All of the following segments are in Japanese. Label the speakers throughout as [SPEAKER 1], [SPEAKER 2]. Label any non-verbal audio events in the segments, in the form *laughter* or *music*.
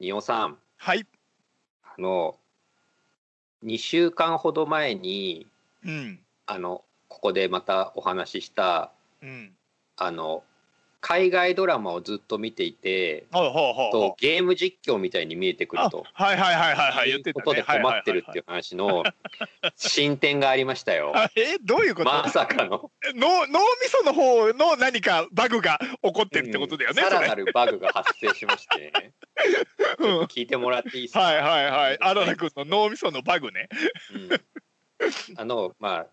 [SPEAKER 1] 二尾さん、
[SPEAKER 2] はい。
[SPEAKER 1] あの2週間ほど前に
[SPEAKER 2] うん。
[SPEAKER 1] あのここでまたお話しした
[SPEAKER 2] うん。
[SPEAKER 1] あの海外ドラマをずっと見ていて
[SPEAKER 2] ほうほうほうほう
[SPEAKER 1] とゲーム実況みたいに見えてくると。
[SPEAKER 2] あはいはいはいはいはい。言っ
[SPEAKER 1] い
[SPEAKER 2] て
[SPEAKER 1] うこ
[SPEAKER 2] た
[SPEAKER 1] と
[SPEAKER 2] ね。
[SPEAKER 1] で困ってるってい
[SPEAKER 2] いう
[SPEAKER 1] 話の進展がありましたよ
[SPEAKER 2] *laughs* う。。あえどういうこと、
[SPEAKER 1] まさかの
[SPEAKER 2] 脳脳みその方の何かバグが起こってるってことだよね、
[SPEAKER 1] うん
[SPEAKER 2] そ
[SPEAKER 1] さら
[SPEAKER 2] れ
[SPEAKER 1] なるバグが発生しましてね、
[SPEAKER 2] うん
[SPEAKER 1] 聞いてもらっていいですか、
[SPEAKER 2] はいはいはい荒田君の脳みそのバグね
[SPEAKER 1] うんあのま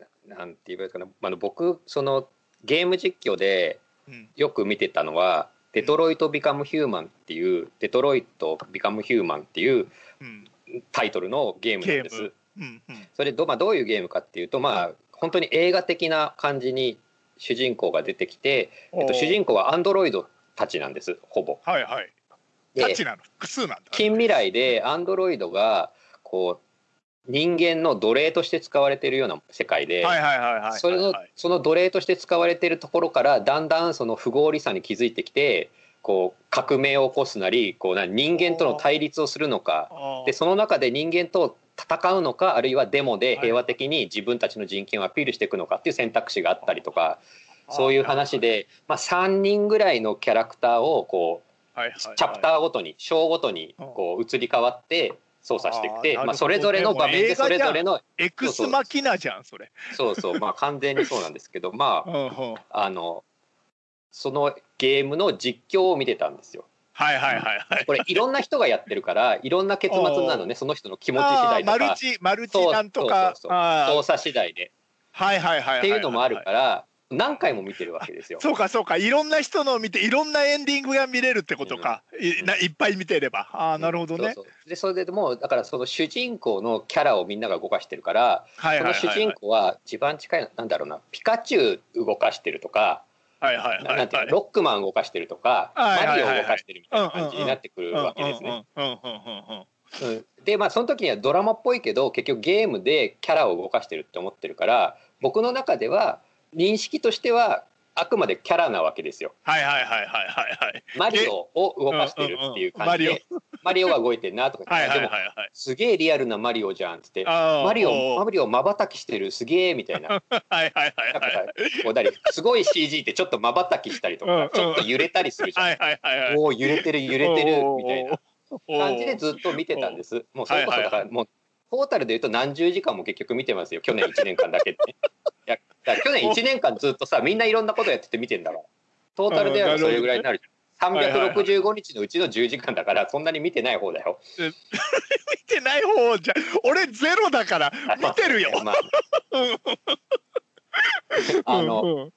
[SPEAKER 1] あななんて言えばいいかなあの僕そのゲーム実況で
[SPEAKER 2] うん
[SPEAKER 1] よく見てたのは「デトロイト・ビカム・ヒューマン」っていう「デトロイト・ビカム・ヒューマン」っていう
[SPEAKER 2] うん
[SPEAKER 1] タイトルのゲームなんで
[SPEAKER 2] ゲー
[SPEAKER 1] す
[SPEAKER 2] ム。うんうん
[SPEAKER 1] それど,、まあ、どういうゲームかっていうとまあ本当に映画的な感じに主人公が出てきて、えっと、主人公はアンドロイドたちなんですほぼ。
[SPEAKER 2] はいはい
[SPEAKER 1] で
[SPEAKER 2] タッチなの複数なんだ
[SPEAKER 1] 近未来でアンドロイドがこう人間の奴隷として使われているような世界で、
[SPEAKER 2] はいはいはいはい
[SPEAKER 1] それの
[SPEAKER 2] はい
[SPEAKER 1] その奴隷として使われているところからだんだんその不合理さに気づいてきてこう革命を起こすなりこうな人間との対立をするのか
[SPEAKER 2] あー
[SPEAKER 1] でその中で人間と戦うのかあるいはデモで平和的に自分たちの人権をアピールしていくのかっていう選択肢があったりとかそういう話で、まあ、3人ぐらいのキャラクターをこう
[SPEAKER 2] はいはいはい
[SPEAKER 1] チャプターごとに章ごとにこう移り変わって操作していくて
[SPEAKER 2] あーなるほど
[SPEAKER 1] まあ、それぞれの場面で
[SPEAKER 2] でも
[SPEAKER 1] そ
[SPEAKER 2] 映画
[SPEAKER 1] れ
[SPEAKER 2] じゃ
[SPEAKER 1] ぞ
[SPEAKER 2] ん
[SPEAKER 1] れの
[SPEAKER 2] エクスマキナじゃんそれ
[SPEAKER 1] そうそうまあ完全にそうなんですけどま
[SPEAKER 2] *laughs* うんうんはい
[SPEAKER 1] ああのそのゲームの実況を見てたんですよ。
[SPEAKER 2] はいはいはい
[SPEAKER 1] これいろんな人がやってる
[SPEAKER 2] *laughs*
[SPEAKER 1] からいろんな結末なのねその人の気持ち次
[SPEAKER 2] あ
[SPEAKER 1] 第
[SPEAKER 2] ー
[SPEAKER 1] と
[SPEAKER 2] マル
[SPEAKER 1] か
[SPEAKER 2] チマルチなんとか
[SPEAKER 1] そうそうそうそう
[SPEAKER 2] あー
[SPEAKER 1] 操作次第で
[SPEAKER 2] はいはいはいはは
[SPEAKER 1] っていうのもあるから何回も見てるわけですよ。
[SPEAKER 2] そうかそうかいろんな人のを見ていろんなエンディングが見れるってことか、いないっぱい見てればああなるほどね、
[SPEAKER 1] そうそうでそれでもうだからその主人公のキャラをみんなが動かしてるから
[SPEAKER 2] は
[SPEAKER 1] そ
[SPEAKER 2] いはい
[SPEAKER 1] の
[SPEAKER 2] はい
[SPEAKER 1] 主
[SPEAKER 2] はい
[SPEAKER 1] 人公は一番近いのなんだろうなピカチュウ動かしてるとか、
[SPEAKER 2] はいはい
[SPEAKER 1] な
[SPEAKER 2] は
[SPEAKER 1] なん
[SPEAKER 2] い
[SPEAKER 1] ていう
[SPEAKER 2] はい
[SPEAKER 1] のロックマン動かしてるとか、
[SPEAKER 2] はい
[SPEAKER 1] マ
[SPEAKER 2] はい
[SPEAKER 1] リオ
[SPEAKER 2] はいはい
[SPEAKER 1] 動かしてるみたいな感じになってくるわけですね。
[SPEAKER 2] うんうんうんうんうん
[SPEAKER 1] うんでまあその時にはドラマっぽいけど結局ゲームでキャラを動かしてるって思ってるから僕の中では認識としてはあくまでキャラなわけですよ。
[SPEAKER 2] はいはいはいはいはいはい
[SPEAKER 1] マリオを動かしてるっていう感じで、
[SPEAKER 2] うんうん
[SPEAKER 1] マリオが動いてるなとか言っ
[SPEAKER 2] は
[SPEAKER 1] て、
[SPEAKER 2] いはいはい
[SPEAKER 1] でも
[SPEAKER 2] はい
[SPEAKER 1] すげえリアルなマリオじゃんっつって。
[SPEAKER 2] あー
[SPEAKER 1] マリオ
[SPEAKER 2] おー
[SPEAKER 1] マリオまばたきしてるすげえみたいな
[SPEAKER 2] *laughs* はいはいはい
[SPEAKER 1] なん
[SPEAKER 2] は
[SPEAKER 1] か
[SPEAKER 2] い
[SPEAKER 1] さこうだりすごい CG ってちょっとまばたきしたりと
[SPEAKER 2] うんうん
[SPEAKER 1] かちょっと揺れたりするじゃん。
[SPEAKER 2] はいはいはいはい
[SPEAKER 1] おお揺れてる揺れてるみたいな
[SPEAKER 2] な
[SPEAKER 1] 感じでずっと見てたんです。もうそれこそだ
[SPEAKER 2] は
[SPEAKER 1] か
[SPEAKER 2] い
[SPEAKER 1] らもうトータルで言うと何十時間も結局見てますよ去年1年間だけって。
[SPEAKER 2] *laughs*
[SPEAKER 1] いやだから去年1年間ずっとさみんないろんなことやってて見てんだからトータルでやるとそれぐらいになるじゃん。365日のうちの10時間だからそんなに見てない方だよ。
[SPEAKER 2] 見てない方じゃ俺ゼロだから *laughs* 見てるよ、
[SPEAKER 1] *laughs*
[SPEAKER 2] *laughs*
[SPEAKER 1] まあ、あの、
[SPEAKER 2] うんうん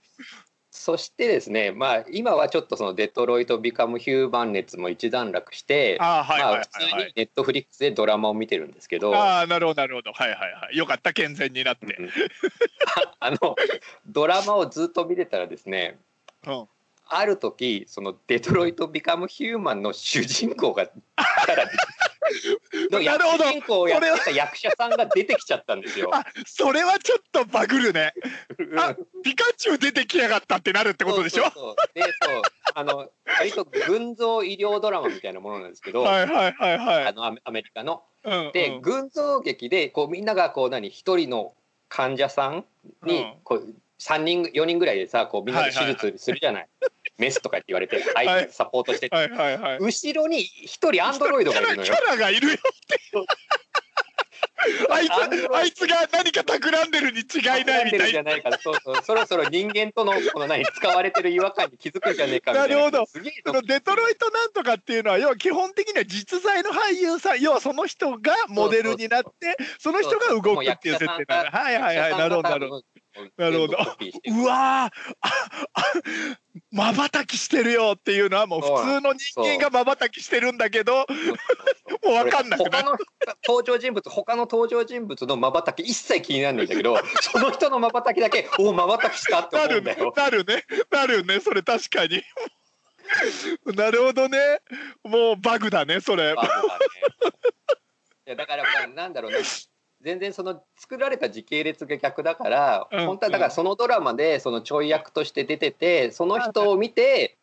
[SPEAKER 1] そしてですね、まあ、今はちょっとそのデトロイト・ビカム・ヒューマン熱も一段落して、
[SPEAKER 2] あーはいはい
[SPEAKER 1] ま
[SPEAKER 2] は
[SPEAKER 1] あ、
[SPEAKER 2] い
[SPEAKER 1] 普通
[SPEAKER 2] はい、
[SPEAKER 1] にネットフリックスでドラマを見てるんですけど、
[SPEAKER 2] ああなるほどなるほどはいはいはいよかった健全になって、
[SPEAKER 1] うんああのドラマをずっと見てたらですね、
[SPEAKER 2] うん
[SPEAKER 1] ある時そのデトロイト・ビカム・ヒューマンの主人公
[SPEAKER 2] *laughs*
[SPEAKER 1] が、キャラの
[SPEAKER 2] なるほど
[SPEAKER 1] 主人公をやってた役者さんが出てきちゃったんですよ。
[SPEAKER 2] あそれはちょっとバグるね
[SPEAKER 1] うん
[SPEAKER 2] あピカチュウ出てきやがったってなるってことでしょ
[SPEAKER 1] そうそうそうでそうあの割と群像医療ドラマみたいなものなんですけど、
[SPEAKER 2] はいはいはいは
[SPEAKER 1] あ
[SPEAKER 2] い
[SPEAKER 1] のアメアメリカの。
[SPEAKER 2] うんうん。
[SPEAKER 1] で、群像劇でこうみんながこう何一人の患者さん
[SPEAKER 2] うん
[SPEAKER 1] にこう3人4人ぐらいでさこうみんなで手術するじゃない,、
[SPEAKER 2] *laughs*
[SPEAKER 1] メスとかって言われて
[SPEAKER 2] い
[SPEAKER 1] はいサポートして、
[SPEAKER 2] はいはいはい。
[SPEAKER 1] 後ろに一人アンドロイド
[SPEAKER 2] キ
[SPEAKER 1] が
[SPEAKER 2] ャ
[SPEAKER 1] いる
[SPEAKER 2] ラ
[SPEAKER 1] の
[SPEAKER 2] キ
[SPEAKER 1] よ
[SPEAKER 2] ャラがいるよって。あい
[SPEAKER 1] アンドロイド
[SPEAKER 2] つあいつが何か企んでるに違いないみ
[SPEAKER 1] 絡んで
[SPEAKER 2] た
[SPEAKER 1] るじゃ
[SPEAKER 2] い。
[SPEAKER 1] ないからそうそうそろそろ人間とのこの何使われてる違和感に気づくんじゃねえかみたいな
[SPEAKER 2] なるほど
[SPEAKER 1] すげえ
[SPEAKER 2] そのデトロイトなんとかっていうのは要は基本的には実在の俳優さん要はその人がモデルになってその人が動くっていう設定なのはいはいはいなるほどなるほど
[SPEAKER 1] ほど
[SPEAKER 2] なるほどうわーああまばたきしてるよっていうのはもう普通の人間がまばたきしてるんだけどもう分かんなくな
[SPEAKER 1] 他
[SPEAKER 2] る
[SPEAKER 1] の登場人物他の登場人物のまばたき一切気にならないんだけ
[SPEAKER 2] *laughs*
[SPEAKER 1] どその人のまばたきだけおまばたきしたって
[SPEAKER 2] な
[SPEAKER 1] 思う
[SPEAKER 2] る
[SPEAKER 1] ん
[SPEAKER 2] ね
[SPEAKER 1] だよ。
[SPEAKER 2] なるねなるねそれ確かになるほどねもうバグだねそれ
[SPEAKER 1] バグがねいやだからまあなんだろうね全然その作られた時系列が逆だから、
[SPEAKER 2] うん
[SPEAKER 1] 本当はだからそのドラマでそのちょい役として出ててその人を見て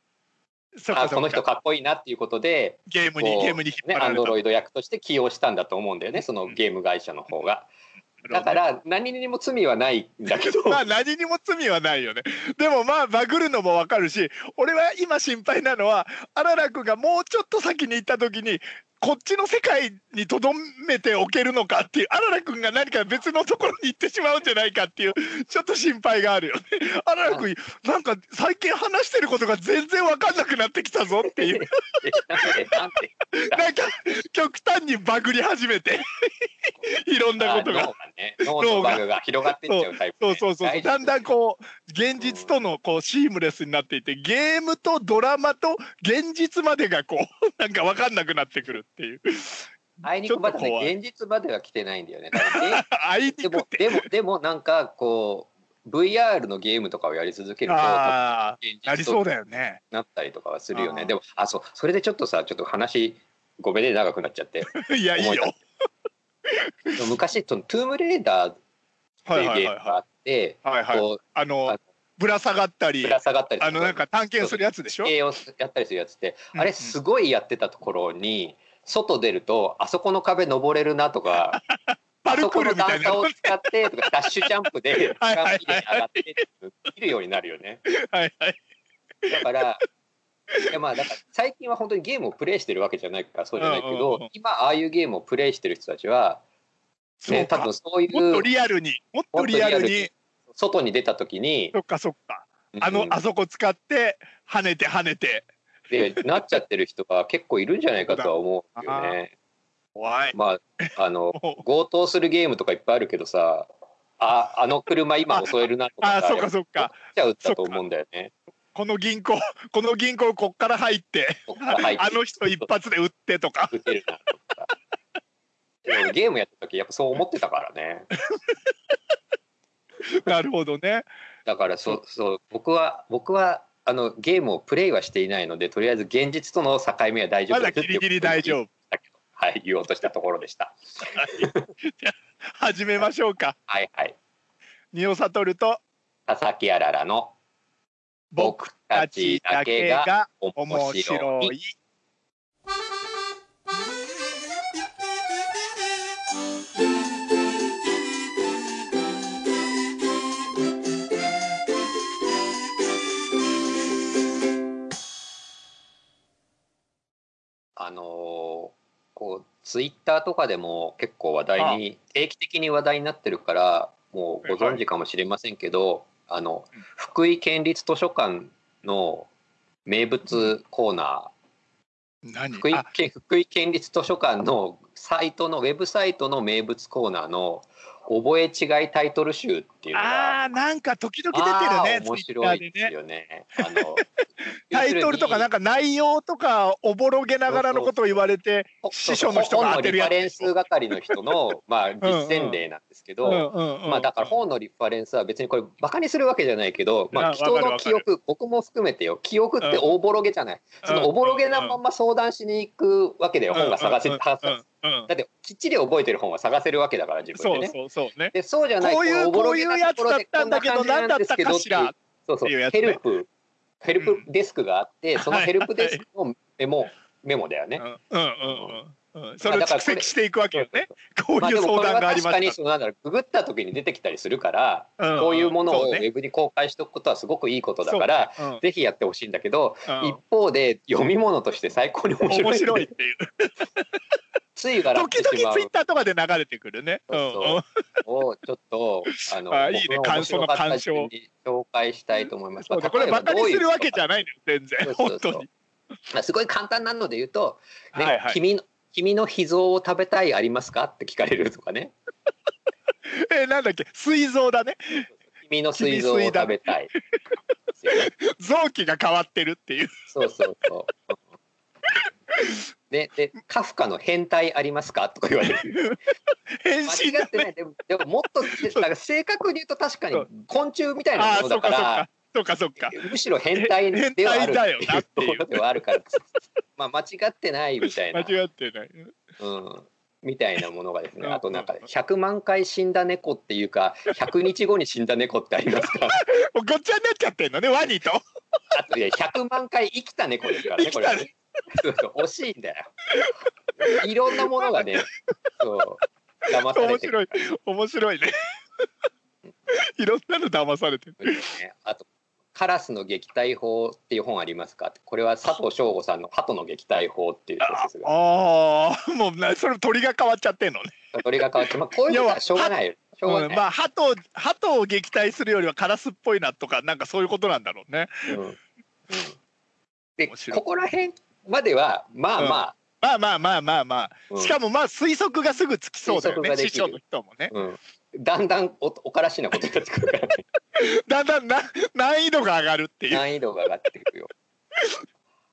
[SPEAKER 2] そっか
[SPEAKER 1] あ
[SPEAKER 2] そ
[SPEAKER 1] この
[SPEAKER 2] っ
[SPEAKER 1] 人
[SPEAKER 2] か
[SPEAKER 1] かっこいいなっていうことで、
[SPEAKER 2] ゲームに
[SPEAKER 1] こう
[SPEAKER 2] ゲームに引っ
[SPEAKER 1] ね、
[SPEAKER 2] 張
[SPEAKER 1] ア
[SPEAKER 2] ら
[SPEAKER 1] ン
[SPEAKER 2] れ
[SPEAKER 1] ド
[SPEAKER 2] た
[SPEAKER 1] ロイド役として起用したんだと思うんだよね、そのゲーム会社の方が。だから、何にも罪はないんだけ
[SPEAKER 2] *laughs*
[SPEAKER 1] ど、
[SPEAKER 2] まあ何にも罪はないよね。でもまあバグるのもわかるし、俺は今心配なのは、アララ君がもうちょっと先に行った時に、こっちの世界にとどめておけるのかっていう、アララ君が何か別のところに行ってしまうんじゃないかっていう、ちょっと心配があるよね。アララ君、なんか最近話してることが全然わかんなくなってきたぞっていう、
[SPEAKER 1] えなんで、なんで、
[SPEAKER 2] なんか極端にバグり始めて、 *laughs* いろんなことが
[SPEAKER 1] あ。脳がね、脳のバグが広がっていっちゃうタイプ、
[SPEAKER 2] そう
[SPEAKER 1] ね。
[SPEAKER 2] そうそうそう
[SPEAKER 1] 大事
[SPEAKER 2] だんだんこう現実とのこうシームレスになっていてゲームとドラマと現実までがこう *laughs* なんか分かんなくなってくるっていう *laughs*
[SPEAKER 1] あいにくまだ
[SPEAKER 2] ちょっと怖
[SPEAKER 1] ね、
[SPEAKER 2] い
[SPEAKER 1] 現実までは来てないんだよね。だ
[SPEAKER 2] *laughs*
[SPEAKER 1] から
[SPEAKER 2] あいに
[SPEAKER 1] でで
[SPEAKER 2] くっ
[SPEAKER 1] も、
[SPEAKER 2] て
[SPEAKER 1] でも、でも、なんかこう、VR のゲームとかをやり続けると、
[SPEAKER 2] あ
[SPEAKER 1] 現
[SPEAKER 2] あなり
[SPEAKER 1] 実
[SPEAKER 2] そう
[SPEAKER 1] と
[SPEAKER 2] だよね *laughs*
[SPEAKER 1] なったりとかはするよ
[SPEAKER 2] あ
[SPEAKER 1] ね。
[SPEAKER 2] ー
[SPEAKER 1] でも、あ、そう、それでちょっとさ、ちょっと話、ごめんね、長くなっちゃ
[SPEAKER 2] *laughs*
[SPEAKER 1] って。
[SPEAKER 2] いやいい
[SPEAKER 1] 思い出
[SPEAKER 2] よ
[SPEAKER 1] でも昔、そのトゥームレーダーっ
[SPEAKER 2] は
[SPEAKER 1] て
[SPEAKER 2] い
[SPEAKER 1] いう
[SPEAKER 2] はい
[SPEAKER 1] ゲー
[SPEAKER 2] は
[SPEAKER 1] ム
[SPEAKER 2] い
[SPEAKER 1] があ
[SPEAKER 2] は
[SPEAKER 1] って、
[SPEAKER 2] いはいはい
[SPEAKER 1] こ
[SPEAKER 2] あ
[SPEAKER 1] あ
[SPEAKER 2] の
[SPEAKER 1] の
[SPEAKER 2] ぶら下がった
[SPEAKER 1] う、
[SPEAKER 2] り
[SPEAKER 1] ぶら下がったりと
[SPEAKER 2] あのなんか探検するやつでしょ
[SPEAKER 1] 栄養やったりするやつって、
[SPEAKER 2] うん
[SPEAKER 1] あれすごいやってたところに外出るとあそこの壁登れるなとか
[SPEAKER 2] パ
[SPEAKER 1] あ
[SPEAKER 2] ル
[SPEAKER 1] そ
[SPEAKER 2] ク
[SPEAKER 1] こ
[SPEAKER 2] ール
[SPEAKER 1] の
[SPEAKER 2] みたい
[SPEAKER 1] 段
[SPEAKER 2] な
[SPEAKER 1] 差
[SPEAKER 2] は
[SPEAKER 1] を
[SPEAKER 2] い
[SPEAKER 1] 使ってとかダッシュジャンプで
[SPEAKER 2] はいはいはい
[SPEAKER 1] 一番綺麗に上がってって見るようになるよね。
[SPEAKER 2] *laughs* はい
[SPEAKER 1] だからいやまあだから最近は本当にゲームをプレイしてるわけじゃないからそうじゃないけ
[SPEAKER 2] うんうんうんう
[SPEAKER 1] ど
[SPEAKER 2] ん
[SPEAKER 1] 今ああいうゲームをプレイしてる人たちは、
[SPEAKER 2] そ
[SPEAKER 1] ね、
[SPEAKER 2] う
[SPEAKER 1] 多
[SPEAKER 2] か
[SPEAKER 1] 分そうい
[SPEAKER 2] もっと
[SPEAKER 1] う
[SPEAKER 2] リアルにもっとリアルに
[SPEAKER 1] 外に出た時に
[SPEAKER 2] そっかそっかあ
[SPEAKER 1] う
[SPEAKER 2] の
[SPEAKER 1] ん
[SPEAKER 2] あそこ使って跳ねて跳ねて
[SPEAKER 1] でなっちゃってる人が結構いるんじゃないかとは思うよね。
[SPEAKER 2] 怖い
[SPEAKER 1] まああの
[SPEAKER 2] もう
[SPEAKER 1] 強盗するゲームとかいっぱいあるけどさああの車今襲えるなとか
[SPEAKER 2] あ
[SPEAKER 1] さ
[SPEAKER 2] ーそっかそっ
[SPEAKER 1] やっ
[SPEAKER 2] か
[SPEAKER 1] ちゃうだと思うんだよね。
[SPEAKER 2] この銀行、 *laughs* この銀行、こっから入って、
[SPEAKER 1] そっから入って
[SPEAKER 2] あの人一発で撃ってと
[SPEAKER 1] *laughs*
[SPEAKER 2] か、
[SPEAKER 1] 撃てるなとか。でもゲームやった時やっぱそう思ってたからね。
[SPEAKER 2] なるほどね。
[SPEAKER 1] だからそそう僕は僕はあのゲームをプレイはしていないのでとりあえず現実との境目は大丈
[SPEAKER 2] ま
[SPEAKER 1] 夫
[SPEAKER 2] だ
[SPEAKER 1] です
[SPEAKER 2] ギリギリ大
[SPEAKER 1] 夫。
[SPEAKER 2] 丈夫。
[SPEAKER 1] はい言おうとしたところでした。
[SPEAKER 2] 始めましょうか。
[SPEAKER 1] はいはい。
[SPEAKER 2] ニオサトルと
[SPEAKER 1] 佐々木あららの
[SPEAKER 2] 僕
[SPEAKER 1] 僕
[SPEAKER 2] た
[SPEAKER 1] たち
[SPEAKER 2] ちだ
[SPEAKER 1] だ
[SPEAKER 2] け
[SPEAKER 1] けが
[SPEAKER 2] が
[SPEAKER 1] 面
[SPEAKER 2] 面白
[SPEAKER 1] 白い。
[SPEAKER 2] い。
[SPEAKER 1] あのーこうツイッターとかでも結構話題に定期的に話題になってるからもうご存知かもしれませんけど、あの
[SPEAKER 2] うん
[SPEAKER 1] 福井県立図書館の名物コーナー、
[SPEAKER 2] 何
[SPEAKER 1] 福井
[SPEAKER 2] あ
[SPEAKER 1] 県福井県立図書館のサイトのウェブサイトの名物コーナーの「覚え違いタイトル集」っていうのが。
[SPEAKER 2] あー、なんか時々
[SPEAKER 1] あ
[SPEAKER 2] 出てる
[SPEAKER 1] ー
[SPEAKER 2] ね、
[SPEAKER 1] 面
[SPEAKER 2] ツイッタ
[SPEAKER 1] 白
[SPEAKER 2] ー
[SPEAKER 1] いで
[SPEAKER 2] ですね。
[SPEAKER 1] よね。あの
[SPEAKER 2] タイトルとか、なんか内容とか、おぼろげながらのことを言われて、師匠の人が当てるやつ
[SPEAKER 1] 本のリファレンス係の人のまあ実践例なんですけど、ま
[SPEAKER 2] ま
[SPEAKER 1] あ、だから本のリファレンスは別にこれバカにするわけじゃないけど、ま
[SPEAKER 2] あ
[SPEAKER 1] あ、人
[SPEAKER 2] わかる
[SPEAKER 1] の
[SPEAKER 2] わか
[SPEAKER 1] 記
[SPEAKER 2] る
[SPEAKER 1] 憶僕も含めてよ記憶っておぼろげじゃない、そのおぼろげなまんま相談しに行くわけだよ、本が探せ、
[SPEAKER 2] うんうん
[SPEAKER 1] 探せ
[SPEAKER 2] うんうん
[SPEAKER 1] だってきっちり覚えてる本は探せるわけだから自分
[SPEAKER 2] そ
[SPEAKER 1] で
[SPEAKER 2] う
[SPEAKER 1] ね。
[SPEAKER 2] そうそうね。
[SPEAKER 1] でそうじゃない
[SPEAKER 2] こういう
[SPEAKER 1] のおぼろげなところで
[SPEAKER 2] こういうやつだったんだけど
[SPEAKER 1] こな感じなんですけど
[SPEAKER 2] 何だったかしら
[SPEAKER 1] っていうそうそ
[SPEAKER 2] っていうや
[SPEAKER 1] う
[SPEAKER 2] つね
[SPEAKER 1] ヘルプヘルプデスクがあって、そのヘルプデスクのメモメモだよね。
[SPEAKER 2] うんうんうんうん。それを蓄積していくわけよね。こう
[SPEAKER 1] まあ
[SPEAKER 2] い
[SPEAKER 1] で
[SPEAKER 2] う
[SPEAKER 1] も
[SPEAKER 2] 相
[SPEAKER 1] これ
[SPEAKER 2] 談
[SPEAKER 1] は
[SPEAKER 2] があり
[SPEAKER 1] 確
[SPEAKER 2] ま
[SPEAKER 1] かに
[SPEAKER 2] し
[SPEAKER 1] そのなんだろうググった時に出てきたりするから、
[SPEAKER 2] た。んん
[SPEAKER 1] こういうもの
[SPEAKER 2] そ
[SPEAKER 1] をウ
[SPEAKER 2] ね
[SPEAKER 1] ェブに公開しておくことはすごくいいことだから、
[SPEAKER 2] そうね
[SPEAKER 1] ぜひやってほしいんだけど、
[SPEAKER 2] うんうん
[SPEAKER 1] 一方で読み物として最高に面白い
[SPEAKER 2] 面白いっていう。
[SPEAKER 1] つい笑っ
[SPEAKER 2] 時
[SPEAKER 1] てしまう
[SPEAKER 2] 々ツイッターとかで流れてくるね。うん
[SPEAKER 1] そう
[SPEAKER 2] うん
[SPEAKER 1] のをちょっ
[SPEAKER 2] *laughs*
[SPEAKER 1] とあの
[SPEAKER 2] あいいね
[SPEAKER 1] 僕の面白かった順に紹介したいと思います。
[SPEAKER 2] そうねこれ
[SPEAKER 1] まあ
[SPEAKER 2] バカにするわけじ
[SPEAKER 1] ゃ
[SPEAKER 2] ゃないのよ全然
[SPEAKER 1] そうそう
[SPEAKER 2] 本
[SPEAKER 1] そう
[SPEAKER 2] 当に。
[SPEAKER 1] まあすごい簡単なので言うと、ね
[SPEAKER 2] はいはい。
[SPEAKER 1] 君の君の秘蔵を食べたいありますかって聞かれるとかね。
[SPEAKER 2] えーなんだっけ水臓だね。
[SPEAKER 1] 君の膵臓を食べたい。ですよね
[SPEAKER 2] 臓器が変わってるっていう。
[SPEAKER 1] そうそうそう。ででカフカの変態ありますかとか言われ
[SPEAKER 2] *laughs*
[SPEAKER 1] る。
[SPEAKER 2] 変
[SPEAKER 1] 間
[SPEAKER 2] 身
[SPEAKER 1] 違
[SPEAKER 2] だ
[SPEAKER 1] ってない、
[SPEAKER 2] ね。
[SPEAKER 1] でもでももっとなんか正確に言うと確かに昆虫みたいな
[SPEAKER 2] あ
[SPEAKER 1] も
[SPEAKER 2] あ
[SPEAKER 1] の
[SPEAKER 2] そ
[SPEAKER 1] だ
[SPEAKER 2] う
[SPEAKER 1] か
[SPEAKER 2] からそうかそうかそうか。
[SPEAKER 1] むしろ変態ではある
[SPEAKER 2] 変態だよなっ
[SPEAKER 1] ってて
[SPEAKER 2] い
[SPEAKER 1] いううところではあるからまあ間違ってないみたい
[SPEAKER 2] 間
[SPEAKER 1] な、
[SPEAKER 2] 違ってない。
[SPEAKER 1] うん、みたいなものがですね
[SPEAKER 2] うん
[SPEAKER 1] あとなんか100万回死んだ猫っていうか100日後に死んだ猫ってありますか
[SPEAKER 2] もうごっちゃになっちゃってんのねワニと。
[SPEAKER 1] あといや100万回生きた猫ですからねこれはねそうそう惜しいんだよいろんなものがねそう騙され
[SPEAKER 2] 面
[SPEAKER 1] てる
[SPEAKER 2] 白い面白いね *laughs* いろんなの騙されてる
[SPEAKER 1] ねあと「カラスの撃退法」っていう本ありますかってこれは佐藤翔吾さんの「鳩の撃退法」っていう小説が
[SPEAKER 2] ああもうな *laughs* それ鳥が変わっちゃってんのね
[SPEAKER 1] 鳥が変わって、まあ、こういうのはしょうがないよしょうが
[SPEAKER 2] う
[SPEAKER 1] なんい、
[SPEAKER 2] まあ鳩を鳩を撃退するよりはカラスっぽいなとかなんかそういうことなんだろうね
[SPEAKER 1] うんうんで
[SPEAKER 2] 面白い
[SPEAKER 1] ここら辺まではまあまあ、
[SPEAKER 2] まあまあまあまあまあ、
[SPEAKER 1] うん
[SPEAKER 2] しかもまあ推測がすぐつきそうだよ
[SPEAKER 1] 推測が
[SPEAKER 2] ね
[SPEAKER 1] でき
[SPEAKER 2] 師
[SPEAKER 1] る
[SPEAKER 2] 匠の人もね
[SPEAKER 1] うんだんだんおおからしなことになってくるから、ね、
[SPEAKER 2] だんだんな難易度が上がるっていう
[SPEAKER 1] 難易度が上がってくよ。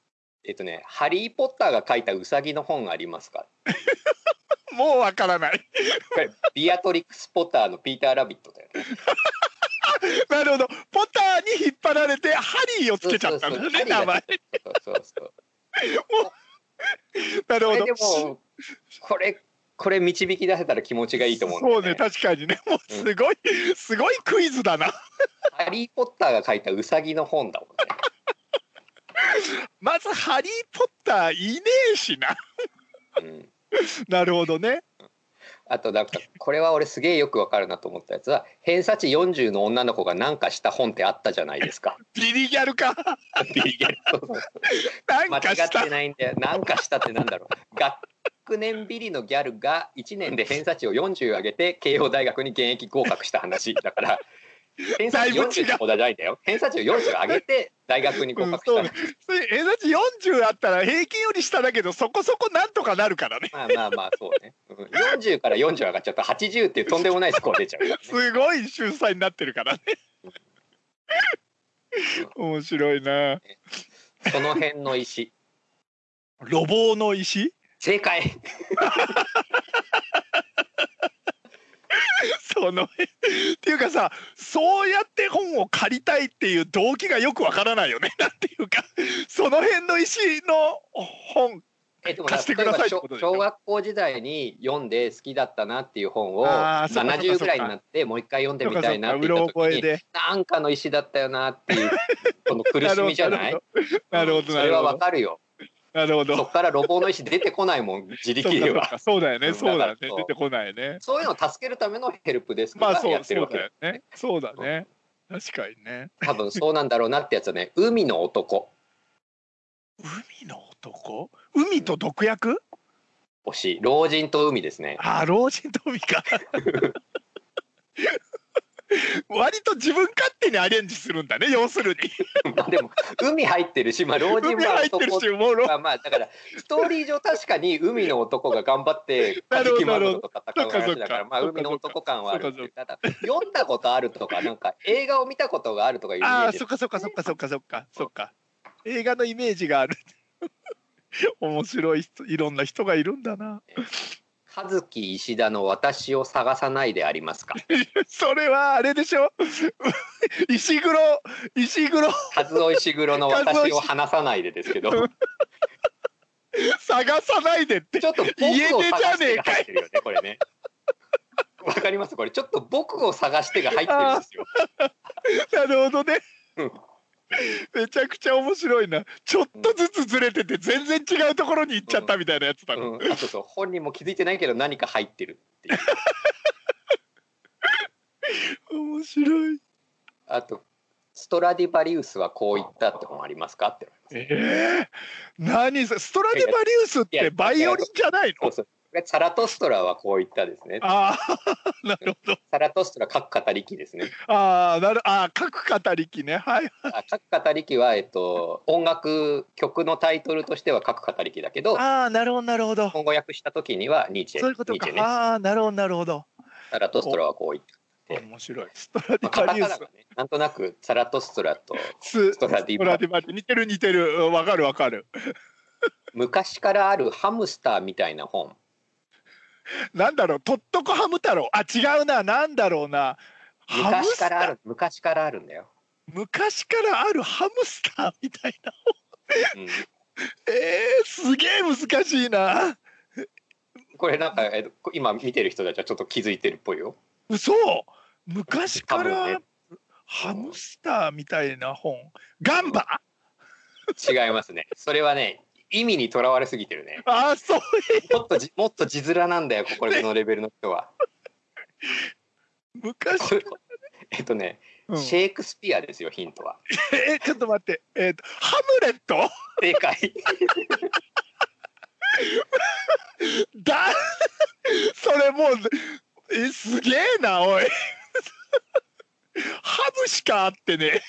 [SPEAKER 1] *laughs* えっとね「ハリー・ポッターが書いたウサギの本ありますか?」
[SPEAKER 2] もうわからない
[SPEAKER 1] これビアトリックス・ポッターのピーター・ラビットだよね。
[SPEAKER 2] なるほどポターに引っ張られてハリーをつけちゃったん
[SPEAKER 1] そ
[SPEAKER 2] だ
[SPEAKER 1] うそうそ
[SPEAKER 2] ね
[SPEAKER 1] う
[SPEAKER 2] 名前
[SPEAKER 1] そうそう
[SPEAKER 2] *laughs*
[SPEAKER 1] そう。
[SPEAKER 2] なる
[SPEAKER 1] こ
[SPEAKER 2] ほ
[SPEAKER 1] れ
[SPEAKER 2] ど
[SPEAKER 1] でもこれこれ導き出せたら気持ちがいいと思うんだ
[SPEAKER 2] そ
[SPEAKER 1] よ
[SPEAKER 2] うね確かにねもうすごい、すごいクイズだな
[SPEAKER 1] ハリー・ポッターが書いたウサギの本だもんね。
[SPEAKER 2] まず「ハリー・ポッター」いねえしな
[SPEAKER 1] うん
[SPEAKER 2] なるほどね
[SPEAKER 1] あとなんかこれは俺すげえよくわかるなと思ったやつは偏差値40の女の子がなんかした本ってあったじゃない
[SPEAKER 2] *laughs*
[SPEAKER 1] ですか。 *laughs*
[SPEAKER 2] ビリギャルかなん
[SPEAKER 1] 間違
[SPEAKER 2] かし
[SPEAKER 1] ったてないんだよ。なんかしたってなんだろう。学年ビリのギャルが1年で偏差値を40上げて慶応大学に現役合格した話だ
[SPEAKER 2] *laughs*
[SPEAKER 1] から偏差値
[SPEAKER 2] だいぶ違う
[SPEAKER 1] 40の子じゃないんだよ。偏差値を40上げて大学に合
[SPEAKER 2] うん
[SPEAKER 1] 格し
[SPEAKER 2] そ
[SPEAKER 1] た
[SPEAKER 2] うねそれ偏差値40あったら平均より下だけどそこそこなんとかなるからね
[SPEAKER 1] まあまあまあそうね。うん40から40上がっちゃった80っていうとんでもないスコア出ちゃうからね、
[SPEAKER 2] すごい秀才になってるからね面白いな
[SPEAKER 1] その辺の石。
[SPEAKER 2] ロボの石 *laughs*
[SPEAKER 1] 正解
[SPEAKER 2] そのっていうかさそうやって本を借りたいっていう動機がよくわからないよね *laughs* なんていうかその辺の石の本
[SPEAKER 1] えでも
[SPEAKER 2] 貸してくださいって
[SPEAKER 1] 例え
[SPEAKER 2] こと
[SPEAKER 1] ば
[SPEAKER 2] でしょ
[SPEAKER 1] 小学校時代に読んで好きだったなっていう本を
[SPEAKER 2] あーそっかそっか
[SPEAKER 1] 70
[SPEAKER 2] そっか
[SPEAKER 1] ぐらいになってもう一回読んで
[SPEAKER 2] と
[SPEAKER 1] み
[SPEAKER 2] か
[SPEAKER 1] た
[SPEAKER 2] さ
[SPEAKER 1] いなっ
[SPEAKER 2] う
[SPEAKER 1] て
[SPEAKER 2] ろ
[SPEAKER 1] 言った
[SPEAKER 2] 覚
[SPEAKER 1] 時
[SPEAKER 2] え
[SPEAKER 1] に
[SPEAKER 2] で
[SPEAKER 1] なんかの石だったよなっていう *laughs* この苦しみじゃない
[SPEAKER 2] なるほ
[SPEAKER 1] うん
[SPEAKER 2] ど
[SPEAKER 1] そ
[SPEAKER 2] な
[SPEAKER 1] れ
[SPEAKER 2] る
[SPEAKER 1] は
[SPEAKER 2] ほ
[SPEAKER 1] わ
[SPEAKER 2] ど
[SPEAKER 1] かるよ
[SPEAKER 2] なるほど
[SPEAKER 1] そっからロボの石出てこないもん自
[SPEAKER 2] そ
[SPEAKER 1] 力
[SPEAKER 2] う
[SPEAKER 1] で
[SPEAKER 2] かそうか
[SPEAKER 1] は
[SPEAKER 2] そうだよね
[SPEAKER 1] うん
[SPEAKER 2] そうだ
[SPEAKER 1] だ
[SPEAKER 2] よ
[SPEAKER 1] から
[SPEAKER 2] ね
[SPEAKER 1] そう
[SPEAKER 2] 出てこないね
[SPEAKER 1] そういうのを助けるためのヘルプデスク
[SPEAKER 2] まあ
[SPEAKER 1] が
[SPEAKER 2] そ
[SPEAKER 1] や
[SPEAKER 2] う
[SPEAKER 1] ってる
[SPEAKER 2] そう
[SPEAKER 1] わけ、
[SPEAKER 2] だよねそうだね確かにね
[SPEAKER 1] 多分そうなんだろうなってやつはね海の男
[SPEAKER 2] 海の男海と毒薬
[SPEAKER 1] 推し老人と海
[SPEAKER 2] *laughs*
[SPEAKER 1] ですね
[SPEAKER 2] あ老人と
[SPEAKER 1] *laughs*
[SPEAKER 2] 海か割と自分勝手にアレンジするんだね要するに
[SPEAKER 1] まあでも海入ってるし、まあ、老人
[SPEAKER 2] 海
[SPEAKER 1] は
[SPEAKER 2] 入ってる
[SPEAKER 1] 男
[SPEAKER 2] しもうロ
[SPEAKER 1] まあまあだからストーリー上確かに海の男が頑張って
[SPEAKER 2] *laughs* な
[SPEAKER 1] カ
[SPEAKER 2] る
[SPEAKER 1] ジ
[SPEAKER 2] ほど
[SPEAKER 1] キマグロと戦う
[SPEAKER 2] なるほど
[SPEAKER 1] 話だからまあ
[SPEAKER 2] そっかそっか
[SPEAKER 1] 海の男感はある
[SPEAKER 2] そっか
[SPEAKER 1] ただ読んだことあるとかなんか映画を見たことがあるとかいうイメ
[SPEAKER 2] あ
[SPEAKER 1] ー
[SPEAKER 2] あ
[SPEAKER 1] ジ
[SPEAKER 2] そっかそっかそっかそっかそっかそっか映画のイメージがある *laughs* 面白い人いろんな人がいるんだな
[SPEAKER 1] カズキ石田の私を探さないでありますか
[SPEAKER 2] それはあれでしょ *laughs* 石黒石黒
[SPEAKER 1] カズオ石黒の私を離さないでですけどち
[SPEAKER 2] 探さないでって
[SPEAKER 1] ょっと僕を探してが入ってるよねこれねわかりますこれちょっと僕を探してが入ってるんですよ
[SPEAKER 2] なるほどね
[SPEAKER 1] うん。
[SPEAKER 2] めちゃくちゃ面白いな。ちょっとずつずれてて全然違うところに行っちゃったみたいなやつだね。
[SPEAKER 1] うん、あそうそう本人も気づいてないけど何か入ってるっていう
[SPEAKER 2] 面白い。
[SPEAKER 1] あと「ストラディバリウスはこう言った」って本ありますかって
[SPEAKER 2] ええ何それストラディバリウスってバイオリンじゃない
[SPEAKER 1] そ
[SPEAKER 2] の
[SPEAKER 1] う？そうこれサラトストラはこう言ったですね
[SPEAKER 2] ああなるほど。
[SPEAKER 1] サラトストラ各語り機ですね
[SPEAKER 2] ああなるああ書く語りきね。はい。
[SPEAKER 1] あ各語り機は、えっと、音楽曲のタイトルとしては各語り機だけど
[SPEAKER 2] ああなるほどなるほど
[SPEAKER 1] 日。本語訳した時にはニーチェ
[SPEAKER 2] そういうことか
[SPEAKER 1] ニー。チェね
[SPEAKER 2] ああなるほどなるほど。
[SPEAKER 1] サラトストラはこう言っ
[SPEAKER 2] 面白い。ストラデ
[SPEAKER 1] た、まあ、
[SPEAKER 2] ィ
[SPEAKER 1] カ
[SPEAKER 2] バ
[SPEAKER 1] タ
[SPEAKER 2] リウ
[SPEAKER 1] カナ
[SPEAKER 2] ス
[SPEAKER 1] が。ねなんとなくサラトストラと
[SPEAKER 2] ス
[SPEAKER 1] ストラディ
[SPEAKER 2] スト
[SPEAKER 1] バ
[SPEAKER 2] ラ
[SPEAKER 1] リ
[SPEAKER 2] ディバリ似てる似てるうんわかるわかる
[SPEAKER 1] 昔からあるハムスターみたいな本
[SPEAKER 2] なんだろうとっとこハム太郎あ違うななんだろうなハム
[SPEAKER 1] 昔
[SPEAKER 2] スタ
[SPEAKER 1] か
[SPEAKER 2] ー
[SPEAKER 1] らある昔からあるんだよ、
[SPEAKER 2] 昔からあるハムスターみたいな。
[SPEAKER 1] うん、
[SPEAKER 2] えー、すげえ難しいな。
[SPEAKER 1] これなんか、えっと、こ今見てる人たちはちょっと気づいてるっぽいよ。
[SPEAKER 2] 嘘昔か
[SPEAKER 1] 多分
[SPEAKER 2] ら
[SPEAKER 1] ね
[SPEAKER 2] ハムスターみたいな本。ガンバ
[SPEAKER 1] 違いますね。それはね、意味にとらわれすぎてるね。
[SPEAKER 2] ああそう
[SPEAKER 1] もっとじ、もっと字面なんだよ、ここのレベルの人
[SPEAKER 2] *laughs*
[SPEAKER 1] は。
[SPEAKER 2] 昔、
[SPEAKER 1] これえっとね、
[SPEAKER 2] うん
[SPEAKER 1] シェイクスピアですよ、ヒントは。
[SPEAKER 2] えちょっと待ってえっ、とハムレット
[SPEAKER 1] 正解。
[SPEAKER 2] だ *laughs* それもうえすげえなおいハムしかあってね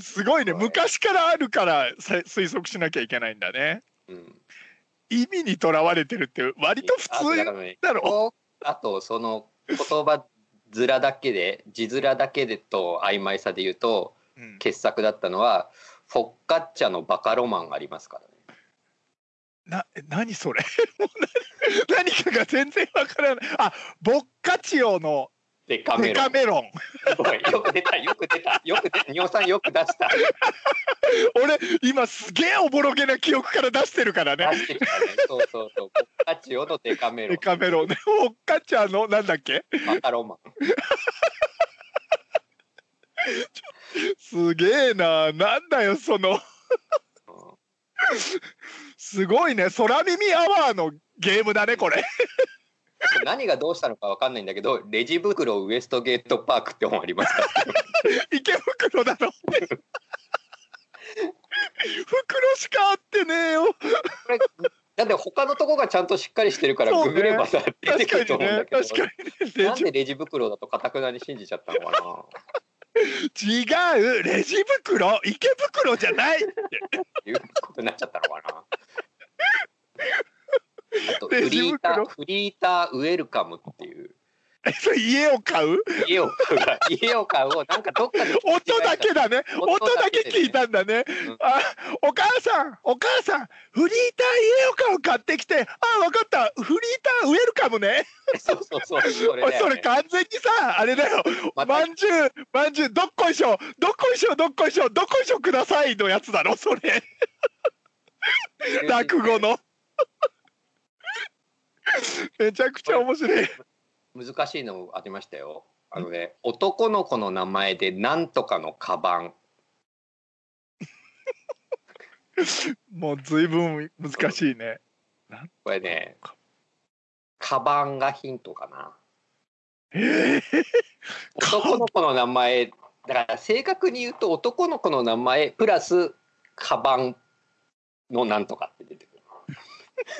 [SPEAKER 2] すごい
[SPEAKER 1] す
[SPEAKER 2] ね
[SPEAKER 1] ごい
[SPEAKER 2] 昔からあるからさ推測しなきゃいけないんだね
[SPEAKER 1] うん。
[SPEAKER 2] 意味にとらわれてるって割と普
[SPEAKER 1] あだか
[SPEAKER 2] 通
[SPEAKER 1] らね
[SPEAKER 2] だろ
[SPEAKER 1] こうあと、その言葉面だけで、字面だけでと曖昧さで言うと、
[SPEAKER 2] うん
[SPEAKER 1] 傑作だったのは、フォッカッチャのバカロマンがありますからね。
[SPEAKER 2] な何それ *laughs* もう何何かが全然わからないあボッカチオの
[SPEAKER 1] デカメ
[SPEAKER 2] デ
[SPEAKER 1] ロ
[SPEAKER 2] カ
[SPEAKER 1] ン。
[SPEAKER 2] メロン
[SPEAKER 1] すごいよく出た、よく出た、よく出、尿さんよく出した。
[SPEAKER 2] 俺今すげえおぼろげな記憶から出してるからね
[SPEAKER 1] 出してきたね。そうそうそう。フォッカッチオのデカメロ
[SPEAKER 2] デ
[SPEAKER 1] ン。
[SPEAKER 2] カメロンねボッカチャのなんだっけ
[SPEAKER 1] バカロマン。
[SPEAKER 2] すげえななんだよその
[SPEAKER 1] うん
[SPEAKER 2] すごいね空耳アワーのゲームだねこれ *laughs*
[SPEAKER 1] 何がどうしたのかわかんないんだけど、レジ袋ウエストゲートパークって本ありますか
[SPEAKER 2] 池袋だろ *laughs* 袋しかあってねえよ
[SPEAKER 1] これだって他のとこがちゃんとしっかりしてるから
[SPEAKER 2] そうね
[SPEAKER 1] ググればさ、出てく
[SPEAKER 2] 確
[SPEAKER 1] ると
[SPEAKER 2] かに
[SPEAKER 1] 思うんだけど、
[SPEAKER 2] ね確かにねレ
[SPEAKER 1] なん
[SPEAKER 2] ジ
[SPEAKER 1] でレジ袋だとかたくなに信じちゃったのか
[SPEAKER 2] 違うレジ袋池袋じゃない *laughs*
[SPEAKER 1] ないうことになっちゃったのかなあとフ
[SPEAKER 2] レ
[SPEAKER 1] リ
[SPEAKER 2] ジ
[SPEAKER 1] ータ
[SPEAKER 2] 袋
[SPEAKER 1] ーフリーターウェルカムっていう
[SPEAKER 2] えそれ家を買う
[SPEAKER 1] 家を買う
[SPEAKER 2] *laughs*
[SPEAKER 1] が家を買うをなんかどっかで
[SPEAKER 2] 音だけだね
[SPEAKER 1] 音
[SPEAKER 2] 音だ
[SPEAKER 1] だけ
[SPEAKER 2] け
[SPEAKER 1] でね
[SPEAKER 2] 聞いたんだね、
[SPEAKER 1] うん
[SPEAKER 2] あお母さんお母さんフリーター家を買う買ってきてあわかったフリーターウェルカムね
[SPEAKER 1] そうそうそうそれ
[SPEAKER 2] おい
[SPEAKER 1] だ
[SPEAKER 2] そ
[SPEAKER 1] よ
[SPEAKER 2] れ
[SPEAKER 1] ね
[SPEAKER 2] 完全にさあれだよ
[SPEAKER 1] また
[SPEAKER 2] まんじゅうまんじゅうどっこいしょどっこいしょどっこいしょどっこいしょくださいのやつだろそれ落語の *laughs* めちゃくちゃ面白い
[SPEAKER 1] 難しいのありましたよあのね男の子の名前でなんとかのカバン
[SPEAKER 2] もう随分難しいね
[SPEAKER 1] これねカバンがヒントかな
[SPEAKER 2] ええ
[SPEAKER 1] 男の子の名前だから正確に言うと男の子の名前プラスカバンのなんとかって出てくる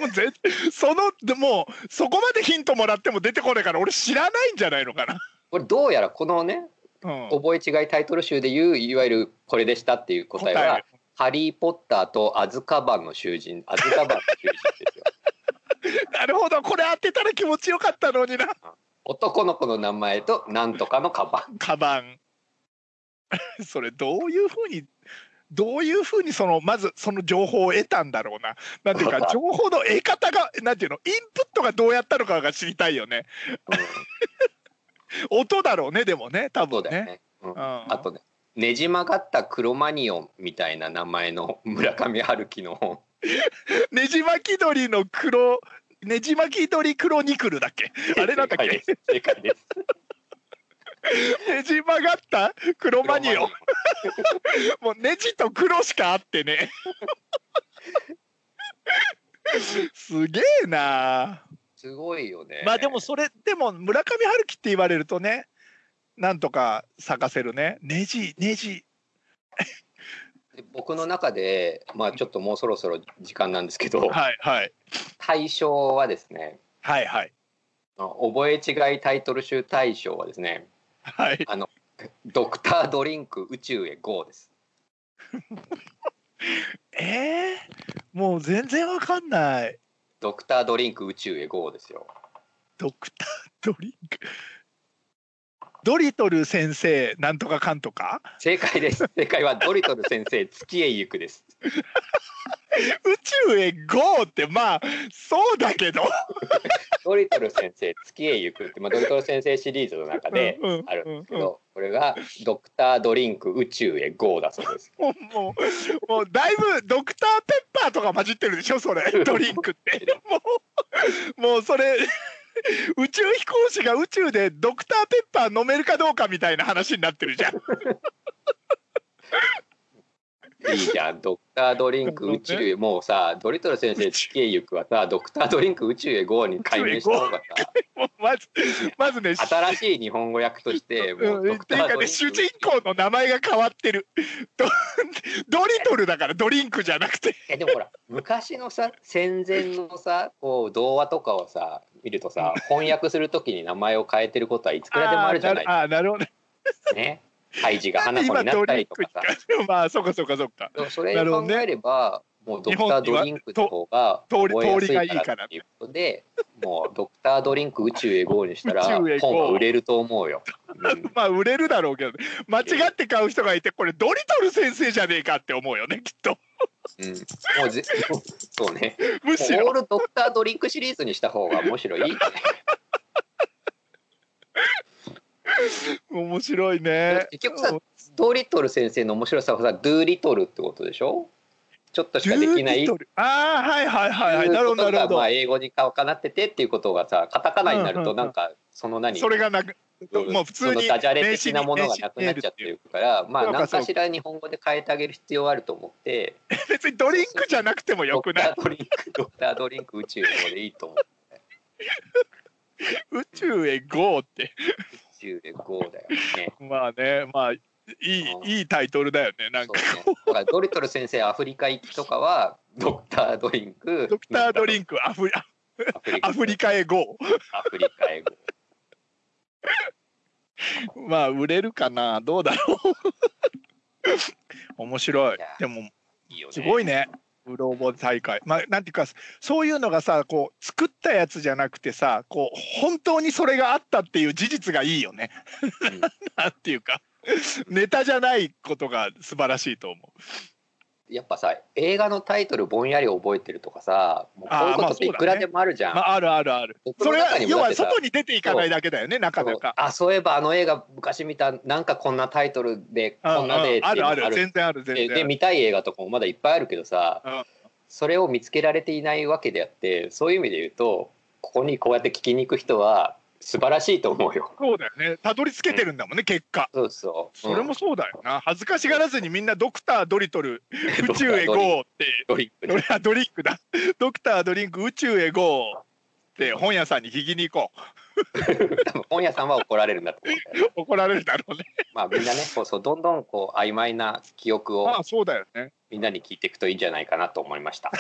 [SPEAKER 2] もう全そのでもうそこまでヒントもらっても出てこないから俺知らないんじゃないのかな、
[SPEAKER 1] これどうやらこのね
[SPEAKER 2] うん、
[SPEAKER 1] 覚え違いタイトル集でいういわゆるこれでしたっていう答えは「ハリー・ポッターとアズカバンの囚人」「アズカバンの囚人」です
[SPEAKER 2] *laughs*
[SPEAKER 1] よ。
[SPEAKER 2] なるほどこれ当てたら気持ちよかったのにな
[SPEAKER 1] 男の子の名前となんとかのカバン
[SPEAKER 2] カバン *laughs* それどういうふうにどういうふうにそのまずその情報を得たんだろうななんてい
[SPEAKER 1] *laughs*
[SPEAKER 2] うか情報の得方がなんていうのインプットがどうやったのかが知りたいよね
[SPEAKER 1] うん
[SPEAKER 2] 音だろうねでもね多
[SPEAKER 1] そう
[SPEAKER 2] 分
[SPEAKER 1] だよ
[SPEAKER 2] ね
[SPEAKER 1] ね。うん
[SPEAKER 2] あ
[SPEAKER 1] あとね、ねじ曲がったクロマニオンみたいな名前の村上春樹の本。
[SPEAKER 2] ねじ巻き鳥の黒ねじ巻き鳥クロニクルだっ
[SPEAKER 1] *laughs*
[SPEAKER 2] けあれなんだっけ、
[SPEAKER 1] 正解です正解です。
[SPEAKER 2] ねじ曲がった黒マニ
[SPEAKER 1] クロ
[SPEAKER 2] オンもうネジと黒しかあってねすげえな
[SPEAKER 1] すごいよね。
[SPEAKER 2] まあでもそれでも村上春樹って言われるとねなんとか咲かせるねネジネジ
[SPEAKER 1] で僕の中で、まあちょっともうそろそろ時間なんですけど、
[SPEAKER 2] はいはい
[SPEAKER 1] 対象はですね、
[SPEAKER 2] はいはい
[SPEAKER 1] あの覚え違いタイトル集大賞はですね、
[SPEAKER 2] はい
[SPEAKER 1] ドクタードリンク宇宙へ GO です。
[SPEAKER 2] えー、もう全然わかんない
[SPEAKER 1] ドクタードリンク宇宙へ GO ですよ。
[SPEAKER 2] ドクタードリンクドリトル先生なんとかかんとか
[SPEAKER 1] 正解
[SPEAKER 2] *laughs*
[SPEAKER 1] です。正解はドリトル先生月へ行くです。
[SPEAKER 2] 宇宙へ GO ってまあそうだけど
[SPEAKER 1] ドリトル先生月へ行くって、まあドリトル先生シリーズの中で。
[SPEAKER 2] うんうん
[SPEAKER 1] あるんですけ
[SPEAKER 2] うんうん
[SPEAKER 1] ど、これがドクタードリンク宇宙へ GO だそうです。
[SPEAKER 2] もうもうもうだいぶドクターペッパーとか混じってるでしょそ
[SPEAKER 1] *laughs*
[SPEAKER 2] れドリンクってもうもうそれ宇宙飛行士が宇宙でドクターペッパー飲めるかどうかみたいな話になってるじゃん
[SPEAKER 1] いいじゃん、ドクタードリンク宇宙へ、もうさ、ドリトル先生、地形行くはさ、ドクタードリンク宇宙へ GO に改名した方が
[SPEAKER 2] もうまずまずね
[SPEAKER 1] さ、新しい日本語訳として、もう
[SPEAKER 2] *laughs* うん
[SPEAKER 1] ド
[SPEAKER 2] っ
[SPEAKER 1] ク
[SPEAKER 2] て
[SPEAKER 1] タ
[SPEAKER 2] い
[SPEAKER 1] ー
[SPEAKER 2] うか
[SPEAKER 1] ドリ
[SPEAKER 2] ね
[SPEAKER 1] ンク
[SPEAKER 2] 主人公の名前が変わってるドドリトルだからドリンクじゃなくて
[SPEAKER 1] えでもほら昔のさ戦前のさこう童話とかをさ見るとさ翻訳するときに名前を変えてることはいつくらでもあるじゃないで
[SPEAKER 2] あーなるあーなるほど
[SPEAKER 1] すかね。ハイジが
[SPEAKER 2] なん
[SPEAKER 1] 花
[SPEAKER 2] で
[SPEAKER 1] 子
[SPEAKER 2] 今
[SPEAKER 1] にな
[SPEAKER 2] ド
[SPEAKER 1] った
[SPEAKER 2] リン
[SPEAKER 1] りと
[SPEAKER 2] ク
[SPEAKER 1] か
[SPEAKER 2] に
[SPEAKER 1] さ。
[SPEAKER 2] 変えまあそうかそうかそうか
[SPEAKER 1] でもそれを考えれば、もうドクタードリンクの方が
[SPEAKER 2] 日本にはと
[SPEAKER 1] 覚えやす
[SPEAKER 2] 通りがいいから
[SPEAKER 1] っていうことでもうドクタードリンク宇宙へ GO にしたら
[SPEAKER 2] 宇宙へ GO
[SPEAKER 1] 本は売れると思うよ。うん
[SPEAKER 2] *laughs* まあ売れるだろうけどね間違って買う人がいてこれドリトル先生じゃねえかって思うよねきっ
[SPEAKER 1] *laughs*
[SPEAKER 2] と
[SPEAKER 1] うん、もうぜ *laughs* そうね
[SPEAKER 2] むし
[SPEAKER 1] もうオー
[SPEAKER 2] ろ
[SPEAKER 1] ルドクタードリンクシリーズにした方がむしろいいんじゃない
[SPEAKER 2] 面白いね
[SPEAKER 1] 結局さドーリトル先生の面白さはさドゥーリトルってことでしょちょっとしかできない
[SPEAKER 2] ドゥーリトルああはいはいはい
[SPEAKER 1] と
[SPEAKER 2] はいなる
[SPEAKER 1] い
[SPEAKER 2] ほ
[SPEAKER 1] うこ
[SPEAKER 2] どな
[SPEAKER 1] と
[SPEAKER 2] るほ
[SPEAKER 1] が
[SPEAKER 2] ど、
[SPEAKER 1] まあ英語にかかなっててっていうことがさカタカナになる
[SPEAKER 2] うんうん
[SPEAKER 1] と
[SPEAKER 2] うん
[SPEAKER 1] なんかその何
[SPEAKER 2] それがなくもう普通
[SPEAKER 1] その
[SPEAKER 2] に
[SPEAKER 1] ダジャレ的なものがなくなっちゃってるからまあ
[SPEAKER 2] そうか
[SPEAKER 1] 何かしら日本語で変えてあげる必要はあると思って
[SPEAKER 2] 別にドリンクじゃなくてもよくない
[SPEAKER 1] ドクタードリンク *laughs* ドクタードリンク宇宙へ GO でいいと思う
[SPEAKER 2] 宇宙へ GO って
[SPEAKER 1] 宇宙へ GO だよね。
[SPEAKER 2] まあねまあいい
[SPEAKER 1] うん
[SPEAKER 2] いいタイトルだよねなん
[SPEAKER 1] そ
[SPEAKER 2] か
[SPEAKER 1] うね、だからドリトル先生アフリカ行きとかはドクタードリンク
[SPEAKER 2] ドクタードリ
[SPEAKER 1] ン
[SPEAKER 2] ンクアフリア
[SPEAKER 1] ク
[SPEAKER 2] アフリカへ GO
[SPEAKER 1] アフリカ英語。
[SPEAKER 2] まあ売れるかなどうだろう *laughs* 面白い
[SPEAKER 1] いや
[SPEAKER 2] でも
[SPEAKER 1] いいよね。
[SPEAKER 2] すごいねうろ覚え大会まあなんていうかそういうのがさこう作ったやつじゃなくてさこう本当にそれがあったっていう事実がいいよね *laughs*
[SPEAKER 1] うん
[SPEAKER 2] なんていうかネタじゃないことが素晴らしいと思う
[SPEAKER 1] やっぱさ、映画のタイトルぼんやり覚えてるとかさ、もうこういう
[SPEAKER 2] あー
[SPEAKER 1] こ
[SPEAKER 2] まあ
[SPEAKER 1] とってい
[SPEAKER 2] そうだね
[SPEAKER 1] くらでもあるじゃん。
[SPEAKER 2] まあ、あるあるある
[SPEAKER 1] 僕
[SPEAKER 2] そ
[SPEAKER 1] の
[SPEAKER 2] れは
[SPEAKER 1] 中にも
[SPEAKER 2] 要
[SPEAKER 1] だっ
[SPEAKER 2] は
[SPEAKER 1] てさ
[SPEAKER 2] 外に出ていかないだけだよねなかな
[SPEAKER 1] そう
[SPEAKER 2] か
[SPEAKER 1] あそういえばあの映画昔見たなんかこんなタイトルで
[SPEAKER 2] うん
[SPEAKER 1] こんなでっ
[SPEAKER 2] うん
[SPEAKER 1] て
[SPEAKER 2] あ
[SPEAKER 1] いうの
[SPEAKER 2] る
[SPEAKER 1] が
[SPEAKER 2] ある全然ある全
[SPEAKER 1] で
[SPEAKER 2] 然あ
[SPEAKER 1] で
[SPEAKER 2] る
[SPEAKER 1] 見たい映画とかもまだいっぱいあるけどさ、
[SPEAKER 2] うん
[SPEAKER 1] それを見つけられていないわけであってそういう意味で言うとここにこうやって聞きに行く人は素晴らしいと思うよ。 *laughs*
[SPEAKER 2] そうだよねたどり着けてるんだもんね結果
[SPEAKER 1] そうそう。
[SPEAKER 2] それもそうだよな恥ずかしがらずにみんなドクタードリト *laughs* ル
[SPEAKER 1] うん
[SPEAKER 2] 宇宙へ GO って
[SPEAKER 1] ドリンク
[SPEAKER 2] ドリドリンクだ。ドクタードリンク宇宙へ GO! って本屋さんに聞きに行こ
[SPEAKER 1] 多分本屋さんは怒られるんだと思うんだよね
[SPEAKER 2] う。怒られるだろうね。
[SPEAKER 1] まあみんなね、そうそうどんどんこう曖昧な記憶を
[SPEAKER 2] まあそうだよね。
[SPEAKER 1] みんなに聞いていくといいんじゃないかなと思いました。